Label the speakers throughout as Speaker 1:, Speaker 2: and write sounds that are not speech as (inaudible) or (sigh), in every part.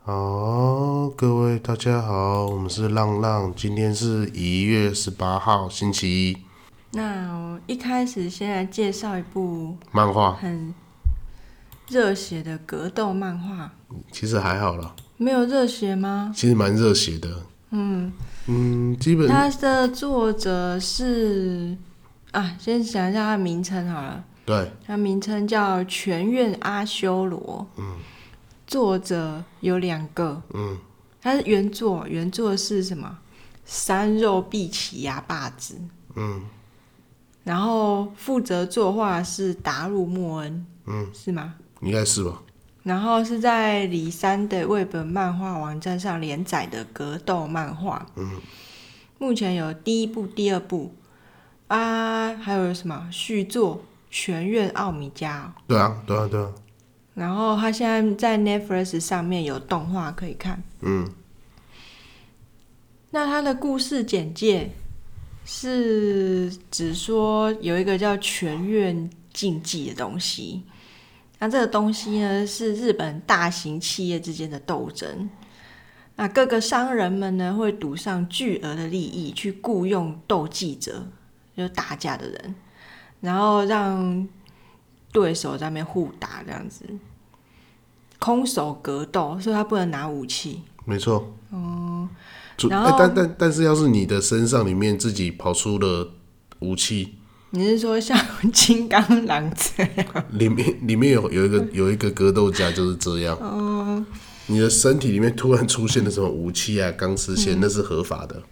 Speaker 1: 好，各位大家好，我们是浪浪，今天是一月十八号星期一，
Speaker 2: 那我一开始先来介绍一部
Speaker 1: 漫画
Speaker 2: 很热血的格斗漫画，
Speaker 1: 其实还好啦，
Speaker 2: 没有热血吗？
Speaker 1: 其实蛮热血的，
Speaker 2: 嗯，
Speaker 1: 嗯，基本
Speaker 2: 它的作者是啊，先讲一下它的名称好了，
Speaker 1: 对，
Speaker 2: 它名称叫全院阿修罗，嗯，作者有两个，
Speaker 1: 嗯，
Speaker 2: 它是原作，原作是什么？山肉碧奇牙霸子，
Speaker 1: 嗯
Speaker 2: 然后负责作画是达鲁莫恩，
Speaker 1: 嗯，
Speaker 2: 是吗？
Speaker 1: 应该是吧，
Speaker 2: 然后是在李三的绘本漫画网站上连载的格斗漫画。嗯，目前有第一部、第二部啊，还有什么续作《全院奥米加》哦。
Speaker 1: 对啊，对啊，对啊，
Speaker 2: 然后它现在在 Netflix 上面有动画可以看。
Speaker 1: 嗯，
Speaker 2: 那它的故事简介是只说有一个叫全院竞技的东西，那这个东西呢是日本大型企业之间的斗争。那各个商人们呢会赌上巨额的利益去雇佣斗技者，就是打架的人，然后让对手在那边互打这样子，空手格斗，所以他不能拿武器。
Speaker 1: 没错，哦、主
Speaker 2: 然
Speaker 1: 哎
Speaker 2: 后
Speaker 1: 但但但是要是你的身上里面自己跑出了武
Speaker 2: (laughs)
Speaker 1: 器，
Speaker 2: 你是说像金刚狼这样？ (laughs)
Speaker 1: 里面里面有有一个有一个格斗家就是这样，
Speaker 2: 哦
Speaker 1: 你的身体里面突然出现了什么武器啊、钢丝
Speaker 2: 嗯
Speaker 1: 线，那是合法的。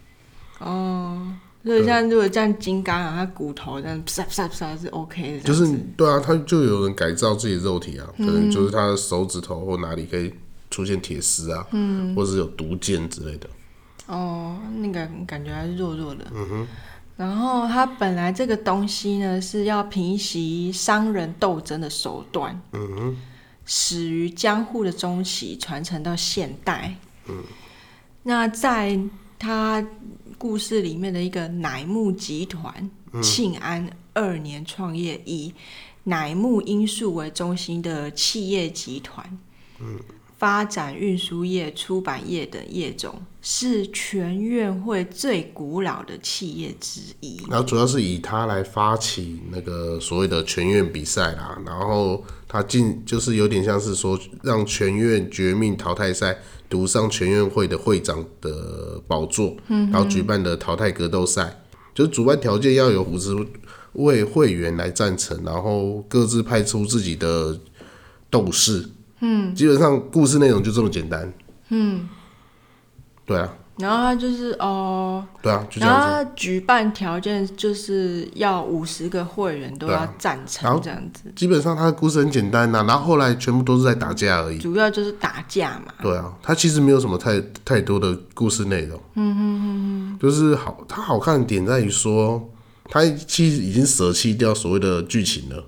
Speaker 2: 所以像如果像金刚狼，它骨头这样啪啪啪是 OK 的这样，嗯
Speaker 1: 就是对啊，他就有人改造自己的肉体啊，可能就是他的手指头或哪里可以出现铁丝啊，嗯，或者是有毒箭之类的。
Speaker 2: 哦，那个感觉还是弱弱的。嗯哼。然后它本来这个东西呢是要平息商人斗争的手段，嗯哼，始于江户的中期，传承到现代。嗯。那在它故事里面的一个乃木集团，庆安二年创业，以乃木因素为中心的企业集团，发展运输业、出版业等业种，是全院会最古老的企业之一。
Speaker 1: 然后主要是以他来发起那个所谓的全院比赛啦，然后他进就是有点像是说让全院绝命淘汰赛独上全院会的会长的宝座，然后举办的淘汰格斗赛，就是主办条件要有五十位会员来赞成，然后各自派出自己的斗士，嗯，基本上故事内容就这么简单，嗯，对啊，
Speaker 2: 然后他就是哦，
Speaker 1: 对啊，就这
Speaker 2: 然
Speaker 1: 样
Speaker 2: 后
Speaker 1: 子。
Speaker 2: 他举办条件就是要五十个会员都
Speaker 1: 对
Speaker 2: 要
Speaker 1: 啊
Speaker 2: 赞
Speaker 1: 然后
Speaker 2: 成这样子，
Speaker 1: 基本上他的故事很简单呐、啊然后后来全部都是在打架而已。
Speaker 2: 主要就是打架嘛。
Speaker 1: 对啊，他其实没有什么太太多的故事内容。嗯嗯嗯，就是好，他好看的点在于说，他其实已经舍弃掉所谓的剧情了。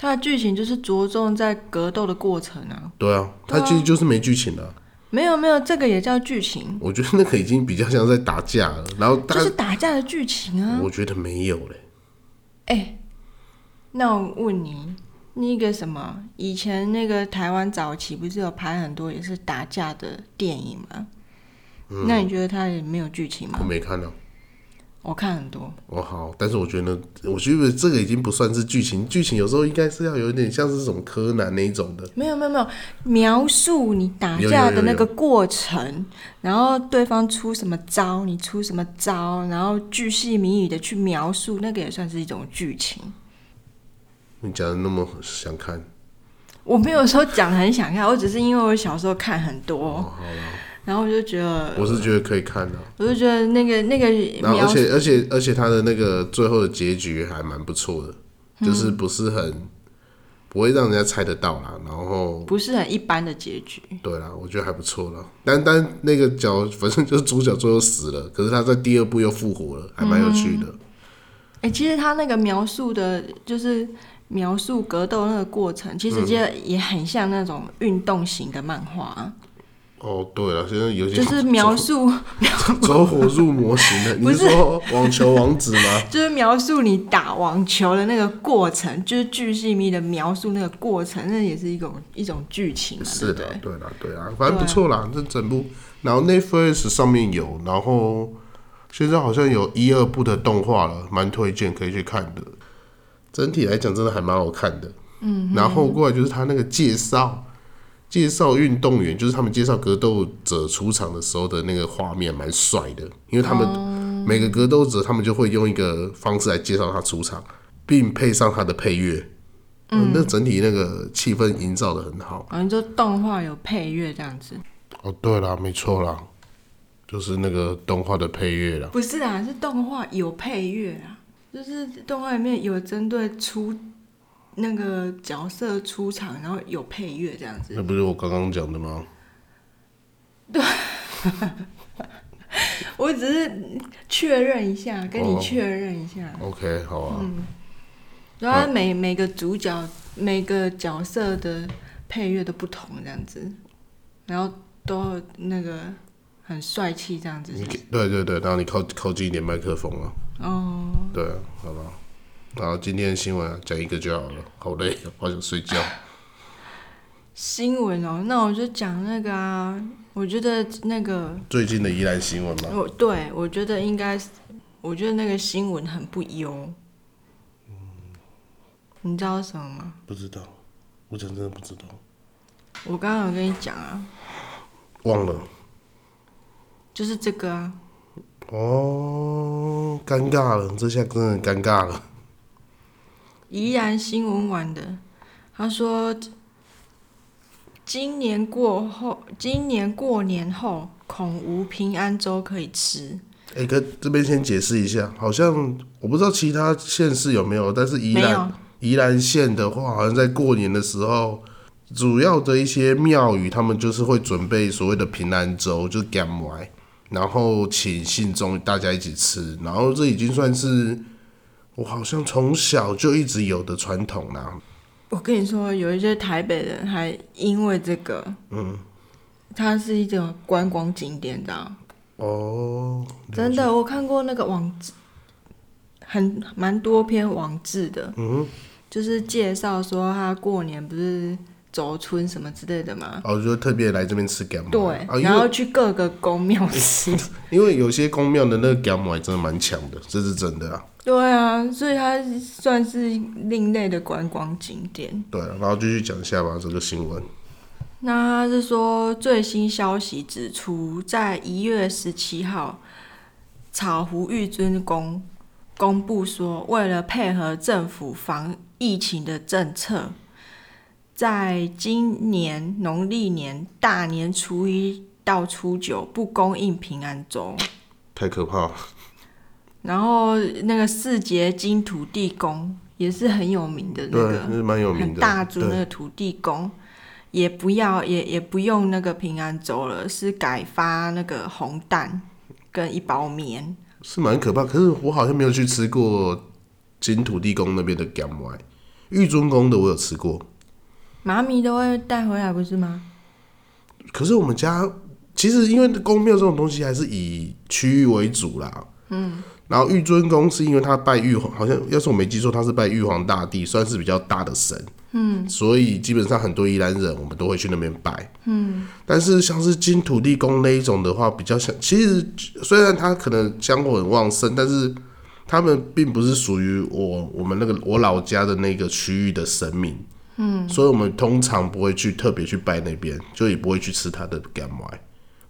Speaker 2: 它的剧情就是着重在格斗的过程啊，
Speaker 1: 对啊，他其实就是没剧情了。
Speaker 2: 没有没有，这个也叫剧情，
Speaker 1: 我觉得那个已经比较像在打架了。然后他，
Speaker 2: 就是打架的剧情啊。
Speaker 1: 我觉得没有嘞。
Speaker 2: 哎、那我问你，那个什么，以前那个台湾早期不是有拍很多也是打架的电影吗？
Speaker 1: 嗯
Speaker 2: 那你觉得它也没有剧情
Speaker 1: 我
Speaker 2: 吗？
Speaker 1: 没看到。
Speaker 2: 我看很多，
Speaker 1: 哦好，但是我觉得，我觉得这个已经不算是剧情，剧情有时候应该是要有点像是什么柯南那一种的。
Speaker 2: 没有没有没有，描述你打架的那个过程，然后对方出什么招，你出什么招，然后巨细靡遗的去描述，那个也算是一种剧情。
Speaker 1: 你讲的那么想看，
Speaker 2: 我没有说讲得很想看，我只是因为我小时候看很
Speaker 1: 哦
Speaker 2: 多，
Speaker 1: 好啦。
Speaker 2: 然后我就觉得，
Speaker 1: 我是觉得可以看啊的、
Speaker 2: 我就觉得那个那个
Speaker 1: 然后
Speaker 2: 描
Speaker 1: 而且而且而且他的那个最后的结局还蛮不错的，就是
Speaker 2: 嗯
Speaker 1: 不是很不会让人家猜得到啦。然后
Speaker 2: 不是很一般的结局。
Speaker 1: 对啦，我觉得还不错啦。但但那个角反正就是主角最后死了，可是他在第二部又复活了，还蛮有趣的。
Speaker 2: 哎、其实他那个描述的，就是描述
Speaker 1: 嗯
Speaker 2: 格斗那个过程，其实也也很像那种运动型的漫画啊。
Speaker 1: 哦，对了，现在有些
Speaker 2: 就是描述，
Speaker 1: 走火入魔型
Speaker 2: (laughs)
Speaker 1: 的，你是说网球王子吗？
Speaker 2: 就是描述你打网球的那个过程，就是巨细密的描述那个过程，那也是一种一种剧情嘛，
Speaker 1: 是
Speaker 2: 对不
Speaker 1: 的
Speaker 2: 对？，
Speaker 1: 对啦，对啊，反正不错啦，这整部，然后 Netflix 上面有，然后现在好像有一二部的动画了，蛮推荐可以去看的。整体来讲，真的还蛮好看的。嗯，然后过来就是他那个介绍，介绍运动员，就是他们介绍格斗者出场的时候的那个画面，蛮帅的。因为他
Speaker 2: 哦
Speaker 1: 们每个格斗者，他们就会用一个方式来介绍他出场，并配上他的配乐。嗯，那整体那个气氛营造的很好。
Speaker 2: 好像就动画有配乐这样子，
Speaker 1: 哦，对啦，没错啦，就是那个动画的配乐啦。
Speaker 2: 不是啊，是动画有配乐啊，就是动画里面有针对出那个角色出场，然后有配乐这样子
Speaker 1: 那。不是我刚刚讲的吗？
Speaker 2: 我只是确认一下，跟你
Speaker 1: 哦
Speaker 2: 确认一下。
Speaker 1: OK，好啊。
Speaker 2: 嗯然后它啊每每个主角每个角色的配乐都不同这样子，然后都那个很帅气这样子。
Speaker 1: 你给对对对，然后你靠靠近一点麦克风啊。
Speaker 2: 哦，
Speaker 1: 对啊，好吧。然后今天的新闻啊，讲一个就好了，好累哦，好想睡觉。
Speaker 2: 新闻哦，那我就讲那个啊，我觉得那个
Speaker 1: 最近的宜兰新闻嘛，
Speaker 2: 我对我觉得应该是，我觉得那个新闻很不优。你知道什么吗？
Speaker 1: 不知道，我讲真的不知道，
Speaker 2: 我刚刚有跟你讲啊，
Speaker 1: 忘了。
Speaker 2: 就是这个啊，
Speaker 1: 哦，尴尬了，这下真的尴尬了。
Speaker 2: 宜兰新闻网的，他说，今年过后，今年过年后，恐无平安粥可以吃。
Speaker 1: 哎、哥，这边先解释一下，好像我不知道其他县市有没有，但是宜
Speaker 2: 没
Speaker 1: 兰
Speaker 2: 有，
Speaker 1: 宜兰县的话，好像在过年的时候，主要的一些庙宇，他们就是会准备所谓的平安粥，就是 g a m 然后请信众大家一起吃，然后这已经算是我好像从小就一直有的传统啦。
Speaker 2: 我跟你说，有一些台北人还因为这个，嗯，它是一种观光景点，你知道吗
Speaker 1: 哦，
Speaker 2: 真的，我看过那个网志，很蛮多篇网志的，嗯，就是介绍说他过年不是走村什么之类的嘛，
Speaker 1: 哦，就特别来这边吃 g a m
Speaker 2: 对，
Speaker 1: 啊，因
Speaker 2: 然后
Speaker 1: 为
Speaker 2: 去各个宫庙
Speaker 1: (laughs)
Speaker 2: 吃。 (laughs)
Speaker 1: 因为有些宫庙的那个 g a m 真的蛮强的，这是真的啊。
Speaker 2: 对啊，所以它算是另类的观光景点。
Speaker 1: 对啊，然后继续讲一下吧，这个新闻。
Speaker 2: 那他是说，最新消息指出，在一月十七号，草湖玉尊宫公布说，为了配合政府防疫情的政策，在今年农历年大年初一到初九不供应平安粥。
Speaker 1: 太可怕了！
Speaker 2: 然后那个四节金土地公也是很有名的那
Speaker 1: 对，
Speaker 2: 个，
Speaker 1: 那是蛮有名
Speaker 2: 很
Speaker 1: 的。
Speaker 2: 大尊
Speaker 1: 对
Speaker 2: 那个土地公，也不要也也不用那个平安粥了，是改发那个红蛋跟一包棉。
Speaker 1: 是蛮可怕，可是我好像没有去吃过金土地公那边的 g a m 玉尊宫的我有吃过，
Speaker 2: 妈咪都会带回来，不是吗？
Speaker 1: 可是我们家其实因为宫庙这种东西还是以区域为主啦。嗯，然后玉尊宫是因为他拜玉皇，好像要是我没记错，他是拜玉皇大帝，算是比较大的神。嗯，所以基本上很多宜兰人我们都会去那边拜。嗯，但是像是金土地公那一种的话，比较像，其实虽然他可能香火很旺盛，但是他们并不是属于我我们那个我老家的那个区域的神明。所以我们通常不会去特别去拜那边，就也不会去吃它的干麦。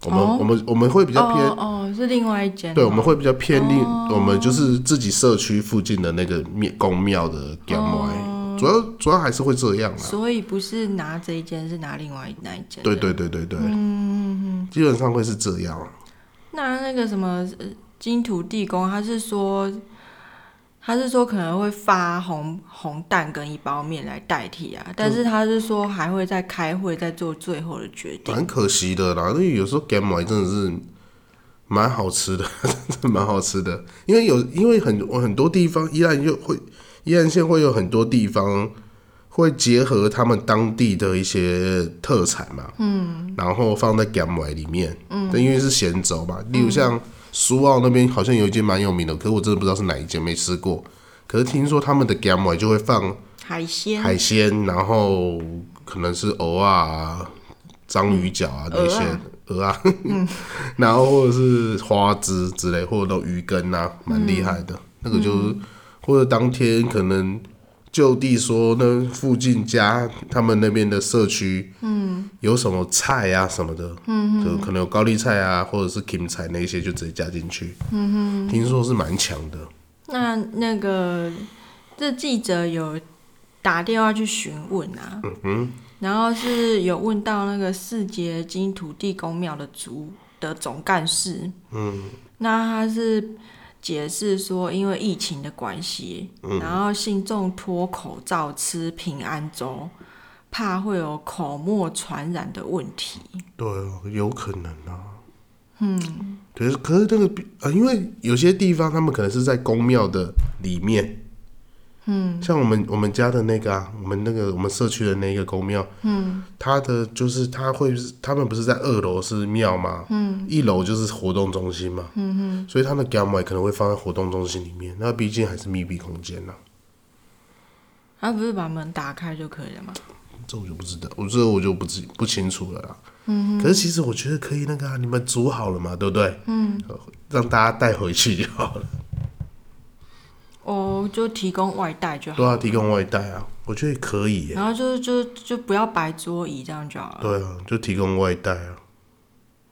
Speaker 1: 我们、我们我们会比较偏，
Speaker 2: 哦哦，是另外一间。
Speaker 1: 对，我们会比较偏另、
Speaker 2: 哦
Speaker 1: 我们就是自己社区附近的那个庙公庙的干麦、主要主要还是会这样啊。
Speaker 2: 哦所以不是拿这一间，是拿另外那一间。
Speaker 1: 对。对对对
Speaker 2: 嗯
Speaker 1: 对，基本上会是这样。
Speaker 2: 那那个什么呃金土地公，他是说。他是说可能会发红红蛋跟一包面来代替啊，但是他是说还会再开会，再做最后的决定。
Speaker 1: 蛮可惜的啦，因为有时候 gamma 真的是蛮好吃的， (laughs) 真的蛮好吃的。因为有，因为很很多地方依然就会，依然县会有很多地方会结合他们当地的一些特产嘛，嗯，然后放在 g a m 里面，嗯，因为是咸粥嘛，例如像苏澳那边好像有一间蛮有名的，可是我真的不知道是哪一间，没吃过。可是听说他们的 g a m 就会放
Speaker 2: 海鲜、啊
Speaker 1: 海鲜，然后可能是蚵啊、章鱼脚啊那些鹅啊， (laughs) 然后或者是花枝之类，或者都鱼羹啊，蛮厉害的。那个就是或者当天可能就地说那附近家他们那边的社区，嗯，有什么菜啊什么的，嗯，就可能有高丽菜啊，或者是 kim 菜那一些就直接加进去，嗯哼，听说是蛮强的。
Speaker 2: 那那个这记者有打电话去询问啊，然后是有问到那个四节金土地公庙的族的总干事，那他是解释说，因为疫情的关系，然后信众脱口罩吃平安粥，怕会有口沫传染的问题。
Speaker 1: 对哦，有可能啊。嗯，可是可是那个比啊，因为有些地方他们可能是在宫庙的里面。嗯，像我们我们家的那个啊，我们那个我们社区的那个宫庙，嗯，它的就是它会是他们不是在二楼是庙吗？嗯，一楼就是活动中心嘛。嗯哼，所以他们 gamma 可能会放在活动中心里面，那毕竟还是密闭空间啊呐、
Speaker 2: 他不是把门打开就可以了吗？
Speaker 1: 这我就不知道，我这我就不知不清楚了啦。嗯，可是其实我觉得可以那个啊，你们煮好了嘛，对不对？嗯，让大家带回去就好了。
Speaker 2: 哦、就提供外带就好，
Speaker 1: 都要提供外带啊，我觉得可以耶。
Speaker 2: 然后就就就不要摆桌椅这样就好了。
Speaker 1: 对啊，就提供外带啊。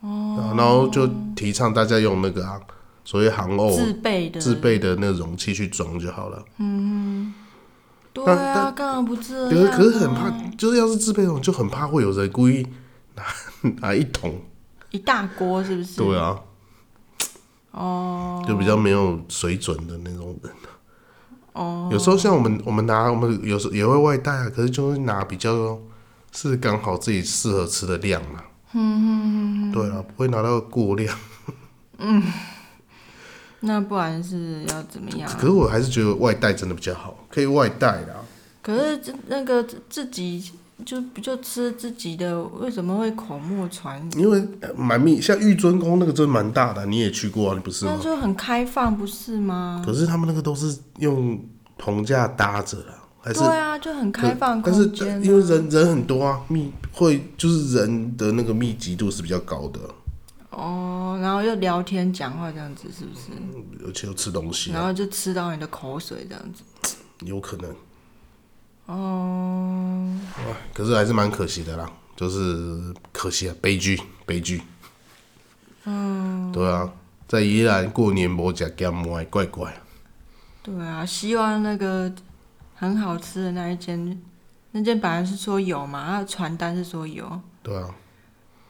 Speaker 1: 哦，然后就提倡大家用那个啊，所谓杭欧
Speaker 2: 自备的，
Speaker 1: 自备的那容器去装就好了。
Speaker 2: 对
Speaker 1: 但
Speaker 2: 啊，干嘛不这
Speaker 1: 可是
Speaker 2: 样、啊？
Speaker 1: 可是很怕，就是要是自备那种，就很怕会有人故意拿 (laughs) 拿一桶。
Speaker 2: 一大锅是不是？
Speaker 1: 对啊，
Speaker 2: 哦
Speaker 1: 就比较没有水准的那种人。
Speaker 2: 哦，
Speaker 1: 有时候像我们，我们拿我们有时候也会外带啊，可是就会拿比较是刚好自己适合吃的量嘛。嗯嗯嗯。对啊，不会拿到过量。
Speaker 2: 那不然是要怎么样啊？
Speaker 1: 可是我还是觉得外带真的比较好，可以外带啦。
Speaker 2: 可是这那个自自己就不就吃自己的，为什么会口沫传？
Speaker 1: 因为呃蛮密，像玉尊宫那个真的蛮大的，你也去过啊，你不是
Speaker 2: 那
Speaker 1: 吗？
Speaker 2: 就很开放，不是吗？
Speaker 1: 可是他们那个都是用铜架搭着啦，还是
Speaker 2: 对啊，就很开放
Speaker 1: 但是
Speaker 2: 空间、啊。
Speaker 1: 因为人人很多啊，密会就是人的那个密集度是比较高的，
Speaker 2: 哦，然后又聊天讲话这样子，是不是？
Speaker 1: 而且又吃东西嗯啊，
Speaker 2: 然后就吃到你的口水这样子。
Speaker 1: 有可能。
Speaker 2: 哦，
Speaker 1: 哇可是还是蛮可惜的啦，就是可惜啊，悲剧，悲剧。嗯，对啊，在宜兰过年没吃姜母，怪怪。
Speaker 2: 对啊，希望那个很好吃的那一间，那间本来是说有嘛，它的传单是说有，
Speaker 1: 对啊，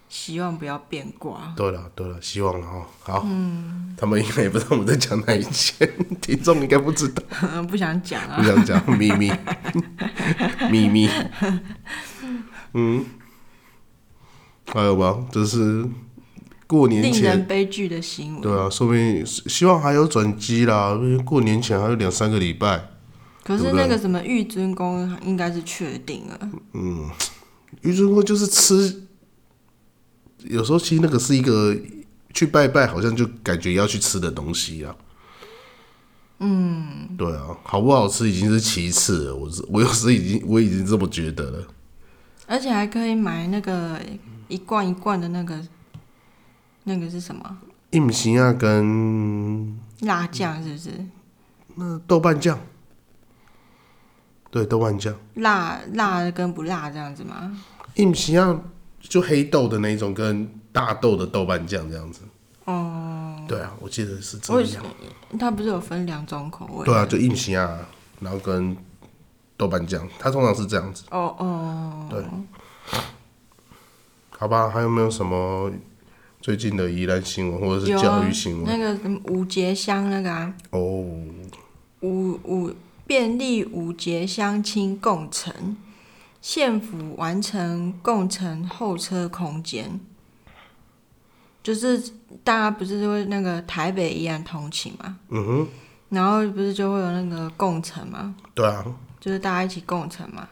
Speaker 2: 希望不要变卦。 (laughs)
Speaker 1: 对了，对了，希望了哈。好，
Speaker 2: 嗯
Speaker 1: 他们应该也不知道我们在讲哪一件， (laughs) 听众应该不知道，
Speaker 2: 不想讲啊
Speaker 1: 不。想讲秘
Speaker 2: (laughs)
Speaker 1: 密，秘密。嗯，还有吧，哎这是过年
Speaker 2: 令
Speaker 1: 前
Speaker 2: 人悲剧的行为。
Speaker 1: 对啊，说不定希望还有转机啦。因为过年前还有两三个礼拜，
Speaker 2: 可是
Speaker 1: 对不对
Speaker 2: 那个什么玉尊宫应该是确定了，
Speaker 1: 于尊公就是吃，有时候其实那个是一个去拜拜，好像就感觉要去吃的东西啊。嗯，对啊，好不好吃已经是其次了。我是我有时已经我已经这么觉得了。
Speaker 2: 而且还可以买那个一罐一罐的那个，那个是什么
Speaker 1: 一米行啊，跟
Speaker 2: 辣
Speaker 1: 嗯
Speaker 2: 酱是不是？
Speaker 1: 那豆瓣酱，对豆瓣酱，
Speaker 2: 辣辣的跟不辣这样子吗？
Speaker 1: 一米行啊，就黑豆的那一种跟大豆的豆瓣酱这样子。
Speaker 2: 哦、
Speaker 1: 对啊，我记得是这
Speaker 2: 我
Speaker 1: 样。
Speaker 2: 它不是有分两种口味？
Speaker 1: 对啊，就硬心啊，然后跟豆瓣酱，它通常是这样子，
Speaker 2: 哦哦，
Speaker 1: 对好吧？还有没有什么最近的宜兰新闻或者是
Speaker 2: 有
Speaker 1: 教
Speaker 2: 啊
Speaker 1: 育新闻？
Speaker 2: 那个什么五节香那个啊，
Speaker 1: 哦，
Speaker 2: 五五便利五节乡亲共乘，县府完成共乘候车空间，就是大家不是就会那个台北一案通勤嘛，
Speaker 1: 嗯哼，
Speaker 2: 然后不是就会有那个共乘嘛，
Speaker 1: 对啊，
Speaker 2: 就是大家一起共乘嘛。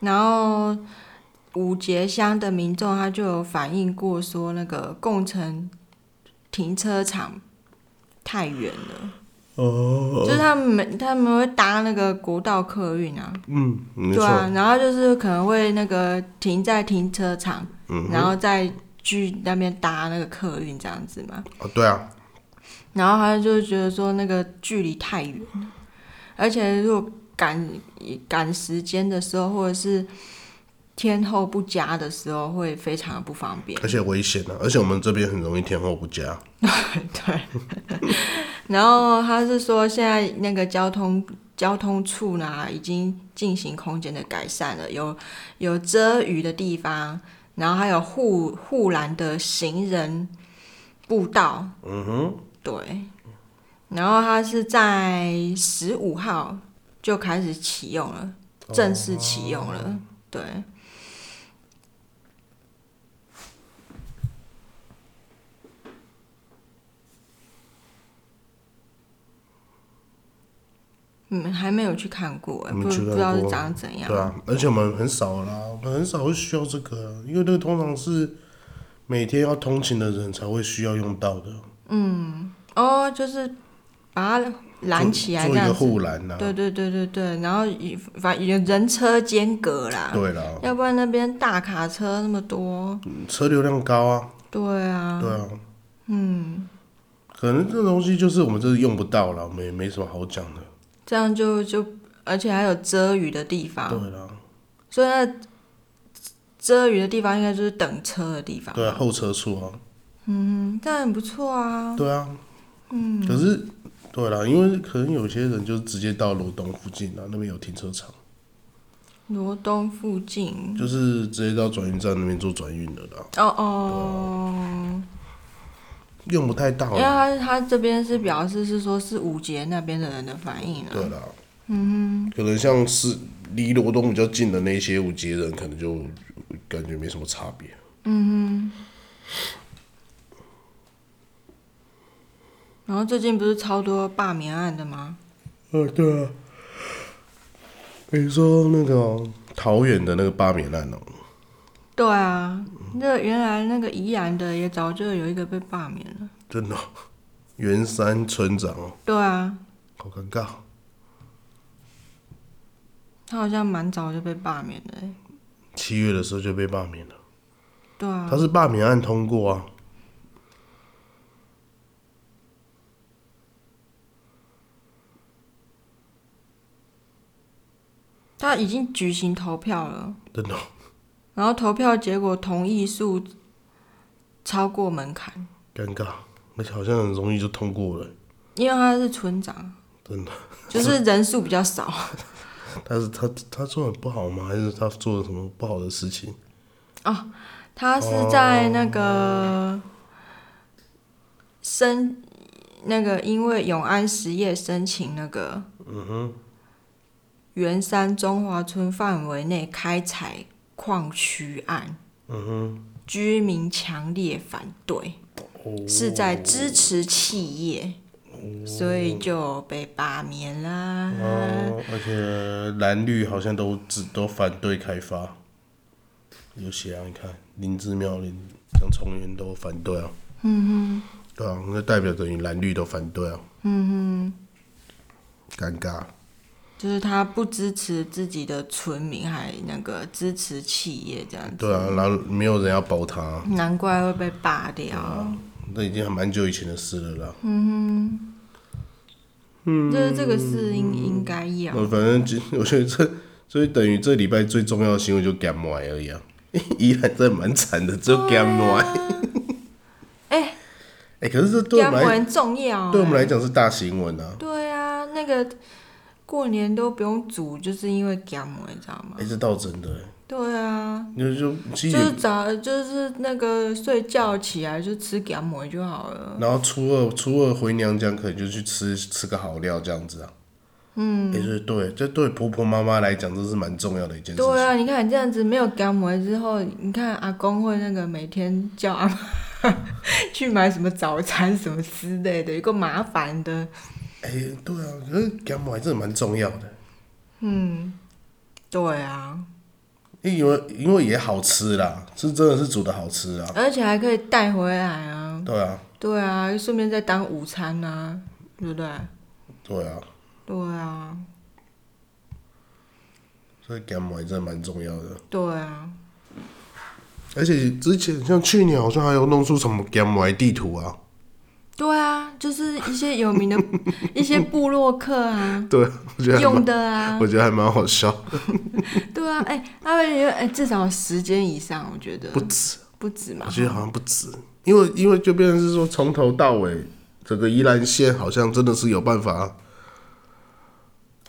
Speaker 2: 然后五节乡的民众他就有反映过说，那个共乘停车场太远了，
Speaker 1: 哦，
Speaker 2: 就是他们他们会搭那个国道客运啊，
Speaker 1: 嗯，没
Speaker 2: 对
Speaker 1: 错，
Speaker 2: 啊，然后就是可能会那个停在停车场，
Speaker 1: 嗯
Speaker 2: 然后再去那边搭那个客运这样子嘛。
Speaker 1: 哦，对啊，
Speaker 2: 然后他就觉得说那个距离太远了，而且如果赶赶时间的时候，或者是天候不佳的时候，会非常的不方便。 (laughs)
Speaker 1: 而且危险啊，而且我们这边很容易天后不佳，
Speaker 2: 对， (laughs) 然后他是说现在那个交通交通处呢，已经进行空间的改善了，有有遮雨的地方，然后还有护护栏的行人步道，嗯哼，对，然后他是在十五号就开始启用了，
Speaker 1: 哦
Speaker 2: 正式启用了，对。嗯，还没有去看过欸，
Speaker 1: 没
Speaker 2: 不
Speaker 1: 去
Speaker 2: 不
Speaker 1: 看
Speaker 2: 知道是
Speaker 1: 过
Speaker 2: 长怎样。
Speaker 1: 对啊，而且我们很少啦，我们很少会需要这个啊、因为这个通常是每天要通勤的人才会需要用到的，
Speaker 2: 哦，就是把它拦起来这
Speaker 1: 做一
Speaker 2: 样
Speaker 1: 个
Speaker 2: 子。
Speaker 1: 护栏呐，啊
Speaker 2: 对对对对对，然后以反有人车间隔啦，
Speaker 1: 对啦，
Speaker 2: 要不然那边大卡车那么多。
Speaker 1: 车流量高啊，
Speaker 2: 对啊，
Speaker 1: 对啊，嗯，
Speaker 2: 嗯
Speaker 1: 可能这东西就是我们这是用不到了，我们也没什么好讲的，
Speaker 2: 这样就就而且还有遮雨的地方，
Speaker 1: 对啦，
Speaker 2: 所以那遮雨的地方应该就是等车的地方。
Speaker 1: 对啊，后车处啊，
Speaker 2: 嗯，这样很不错啊。
Speaker 1: 对啊，嗯，可是对啦，因为可能有些人就直接到罗东附近啊，那边有停车场，
Speaker 2: 罗东附近，
Speaker 1: 就是直接到转运站那边做转运的啦，
Speaker 2: 哦哦，
Speaker 1: 用不太到
Speaker 2: 因为
Speaker 1: 啦，
Speaker 2: 他他这边是表示是说是五节那边的人的反应啊。
Speaker 1: 对啦，嗯，可能像是离罗东比较近的那些五街人，可能就感觉没什么差别。
Speaker 2: 然后最近不是超多罢免案的吗？
Speaker 1: 呃，对啊。你说那个哦、桃园的那个罢免案哦，
Speaker 2: 对啊，那原来那个宜兰的也早就有一个被罢免了。
Speaker 1: 真的哦、圆山村长哦，
Speaker 2: 对啊，
Speaker 1: 好尴尬。
Speaker 2: 他好像蛮早就被罢免的欸、
Speaker 1: 七月的时候就被罢免了，
Speaker 2: 对啊，
Speaker 1: 他是罢免案通过啊。
Speaker 2: 他已经举行投票了，
Speaker 1: 真的哦、
Speaker 2: 然后投票结果同意数超过门槛，
Speaker 1: 尴尬，而且好像很容易就通过了，
Speaker 2: 因为他是村长，
Speaker 1: 真的。
Speaker 2: 就是人数比较少。
Speaker 1: 但是他他做的不好吗？还是他做了什么不好的事情？
Speaker 2: 他是在那个申那个，因为永安实业申请那个，嗯哼，圆山中华村范围内开采矿区案，嗯哼，居民强烈反对，是在支持企业，所以就被罢免啦。
Speaker 1: 哦，而且蓝绿好像都只都反对开发，有写啊，你看林芝庙林像崇元都反对啊，嗯哼，对啊，那代表等于蓝绿都反对啊，嗯哼，尴尬，
Speaker 2: 就是他不支持自己的村民，还那个支持企业这样子。
Speaker 1: 对啊，然后没有人要保他啊，
Speaker 2: 难怪会被罢掉。
Speaker 1: 那已经还蛮久以前的事了啦，
Speaker 2: 就是这个事应
Speaker 1: 嗯
Speaker 2: 应该要
Speaker 1: 我反正今我觉得这所以等于这礼拜最重要的新闻就 g a m 而已啊， (laughs) 依然在蛮惨的，只有 g a m
Speaker 2: 哎，
Speaker 1: (laughs) 哎，可是这对我
Speaker 2: 干
Speaker 1: 们来
Speaker 2: 很重要。
Speaker 1: 对我们来讲是大新闻啊。
Speaker 2: 对啊，那个过年都不用煮，就是因为干嘛，你知道吗
Speaker 1: 哎、？这倒真的欸，
Speaker 2: 对啊，
Speaker 1: 你就其
Speaker 2: 就
Speaker 1: 实也
Speaker 2: 是早就是那个睡觉起来就吃干嘛就好了。
Speaker 1: 然后初二初二回娘家，可能就去吃吃个好料这样子啊。嗯，也、是对，这对婆婆妈妈来讲，这是蛮重要的一件事情。
Speaker 2: 对啊，你看你这样子没有干嘛之后，你看阿公会那个每天叫阿妈 (laughs) 去买什么早餐什么之类的，有个麻烦的。
Speaker 1: 哎、对啊，可是干嘛还真的蛮重要的。
Speaker 2: 对啊，
Speaker 1: 哎因为因为也好吃啦，是真的是煮的好吃啊，
Speaker 2: 而且还可以带回来啊。
Speaker 1: 对啊，
Speaker 2: 对啊，顺便再当午餐啊，对不对？
Speaker 1: 对啊，
Speaker 2: 对啊，
Speaker 1: 所以干买真的蛮重要的。
Speaker 2: 对啊，
Speaker 1: 而且之前像去年好像还有弄出什么干买地图啊，
Speaker 2: 对啊，就是一些有名的 (laughs) 一些部落客啊
Speaker 1: 对啊，我觉得还蛮
Speaker 2: 用的啊，
Speaker 1: 我觉得还蛮好笑，
Speaker 2: 对啊，哎、他们也有哎、至少十间以上，我觉得
Speaker 1: 不止。
Speaker 2: 不止嘛
Speaker 1: 我。觉得好像不止，因为因为就变成是说从头到尾，整个宜兰县好像真的是有办法。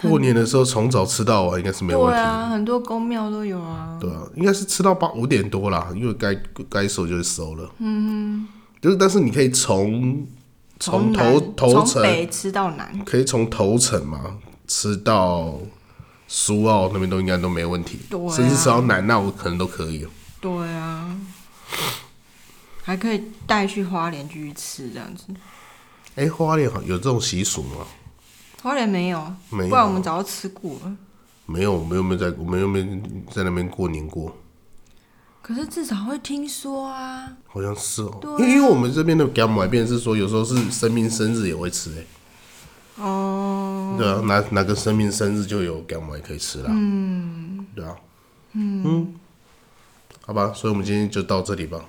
Speaker 1: 过年的时候从早吃到晚应该是没问
Speaker 2: 对
Speaker 1: 题，
Speaker 2: 啊，很多宫庙都有啊。
Speaker 1: 对啊，应该是吃到八五点多啦，因为该该收就收了。嗯，就是但是你可以从从头
Speaker 2: 南
Speaker 1: 头
Speaker 2: 从
Speaker 1: 城，
Speaker 2: 北吃到南，
Speaker 1: 可以从头城嘛吃到苏澳那边都应该都没问题，
Speaker 2: 对啊
Speaker 1: 甚至吃到南澳可能都可以。
Speaker 2: 对啊，还可以带去花莲继续吃这样子。
Speaker 1: 哎、花莲好有这种习俗吗？
Speaker 2: 花莲没有，
Speaker 1: 没有
Speaker 2: 不然我们早就吃过了。
Speaker 1: 没有，我们又没有在，我们又没有在那边过年过，
Speaker 2: 可是至少会听说啊，
Speaker 1: 好像是哦、
Speaker 2: 对啊
Speaker 1: 因为因为我们这边的给他们买变成是说，有时候是生命生日也会吃、欸，
Speaker 2: 哦，
Speaker 1: 对啊，哪哪个生命生日就有给他们可以吃啦，嗯，对啊，嗯嗯好吧，所以我们今天就到这里吧，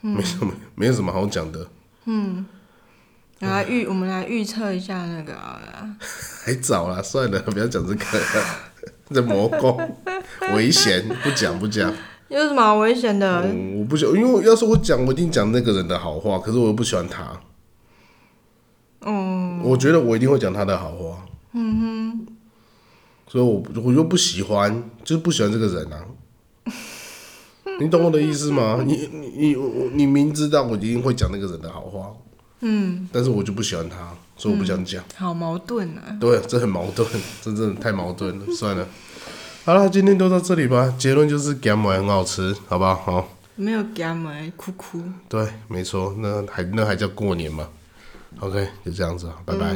Speaker 1: 没什么，没有什么好讲的，
Speaker 2: 来预我们来预测一下那个好了，
Speaker 1: 还早啦，算了，不要讲这个 (laughs) 了，在魔宫危险，不讲不讲。
Speaker 2: 有什么好危险的？
Speaker 1: 嗯，我不喜欢，因为要是我讲，我一定讲那个人的好话，可是我又不喜欢他。嗯，我觉得我一定会讲他的好话。嗯哼，所以我不我又不喜欢，就是不喜欢这个人 (laughs) 啊。你懂我的意思吗？你你你我你明知道我一定会讲那个人的好话，嗯，但是我就不喜欢他，所以我不想讲。
Speaker 2: 好矛盾啊！
Speaker 1: 对，这很矛盾，这真的太矛盾了。算了，好了，今天就到这里吧。结论就是干嘛很好吃，好哦不好？好。
Speaker 2: 没有给他们哭哭，
Speaker 1: 对，没错，那还那还叫过年吗？OK，就这样子啊，拜拜。